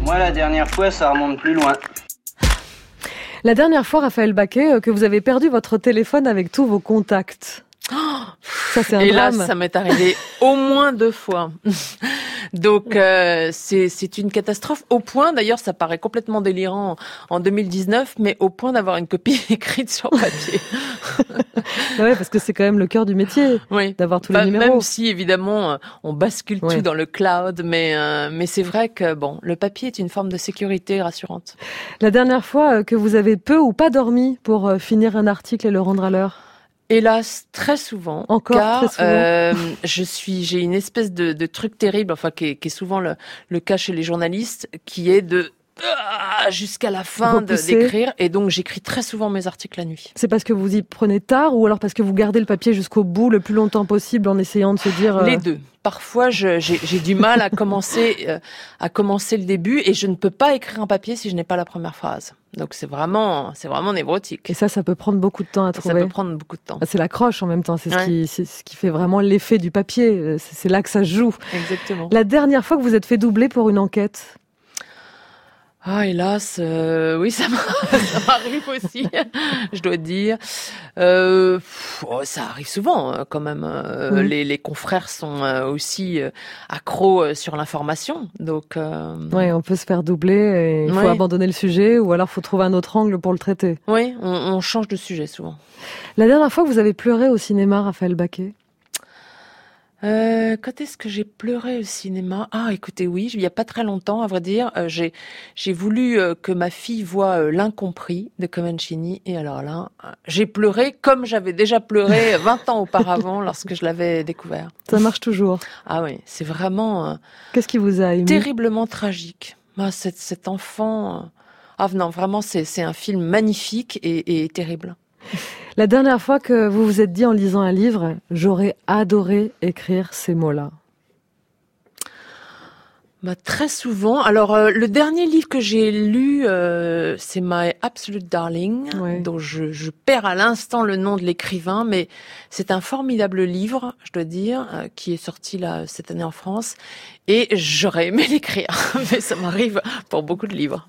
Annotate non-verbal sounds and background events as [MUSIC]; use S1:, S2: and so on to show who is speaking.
S1: Moi, la dernière fois, ça remonte plus loin.
S2: La dernière fois, Raphaël Baquet, euh, que vous avez perdu votre téléphone avec tous vos
S3: [GASPS]
S2: contacts. Ça, c'est un
S3: Et
S2: drame.
S3: là, ça m'est arrivé au moins deux fois. Donc euh, c'est c'est une catastrophe au point d'ailleurs ça paraît complètement délirant en 2019 mais au point d'avoir une copie [LAUGHS] écrite sur papier.
S2: Ah ouais, parce que c'est quand même le cœur du métier,
S3: Oui.
S2: d'avoir tous
S3: Bah,
S2: les numéros.
S3: même si évidemment euh, on bascule
S2: Ouais.
S3: tout dans le cloud mais euh, mais c'est vrai que bon le papier est une forme de sécurité rassurante.
S2: La dernière fois euh, que vous avez peu ou pas dormi pour euh, finir un article et le rendre à l'heure.
S3: Hélas, très souvent.
S2: Encore
S3: car,
S2: très souvent.
S3: euh, je suis, j'ai une espèce de, de truc terrible, enfin qui est, qui est souvent le, le cas chez les journalistes, qui est de Ah jusqu'à la fin de-
S2: Repousser.
S3: d'écrire, et donc j'écris très souvent mes articles la nuit.
S2: C'est parce que vous y prenez tard ou alors parce que vous gardez le papier jusqu'au bout le plus longtemps possible en essayant de se dire. euh,
S3: Les deux. Parfois, je- j'ai j'ai du mal à commencer, [LAUGHS] euh, à commencer le début, et je ne peux pas écrire un papier si je n'ai pas la première phrase. Donc c'est vraiment, c'est vraiment névrotique.
S2: Et ça, ça peut prendre beaucoup de temps à
S3: Ça
S2: trouver.
S3: peut prendre beaucoup de temps.
S2: Ah, C'est l'accroche en même temps, c'est ce,
S3: Ouais.
S2: qui, c'est ce qui fait vraiment l'effet du papier, euh, c'est c'est là que ça se joue.
S3: Exactement.
S2: La dernière fois que vous êtes fait doubler pour une enquête,
S3: Ah, hélas, euh, oui, ça m'a- [LAUGHS] ça m'arrive aussi, [LAUGHS] je dois dire. Euh, pff, oh, ça arrive souvent, euh, quand même. euh,
S2: Mhm.
S3: les, les confrères sont euh, aussi euh, accros euh, sur l'information, donc... euh,
S2: ouais, on peut se faire doubler, et il faut
S3: Ouais.
S2: abandonner le sujet ou alors faut trouver un autre angle pour le traiter.
S3: Oui, on, on change de sujet souvent.
S2: La dernière fois que vous avez pleuré au cinéma, Raphaël Baquet
S3: Euh, quand est-ce que j'ai pleuré au cinéma? Ah, écoutez, oui, il y a pas très longtemps, à vrai dire, euh, j'ai j'ai voulu euh, que ma fille voie euh, L'Incompris de Comencini, et alors là, euh, j'ai pleuré comme j'avais déjà pleuré 20 ans auparavant lorsque je l'avais découvert.
S2: Ça marche toujours.
S3: Ah oui, c'est vraiment euh,
S2: Qu'est-ce qui vous a ému
S3: terriblement tragique. Ah, cet, cet enfant. euh, Ah non, vraiment, c'est c'est un film magnifique et, et terrible.
S2: La dernière fois que vous vous êtes dit en lisant un livre, j'aurais adoré écrire ces mots-là.
S3: Bah, très souvent. Alors, euh, le dernier livre que j'ai lu, euh, c'est My Absolute Darling,
S2: Ouais.
S3: dont je, je perds à l'instant le nom de l'écrivain, mais c'est un formidable livre, je dois dire, euh, qui est sorti là cette année en [LAUGHS] France, et j'aurais aimé l'écrire, mais ça m'arrive pour beaucoup de livres.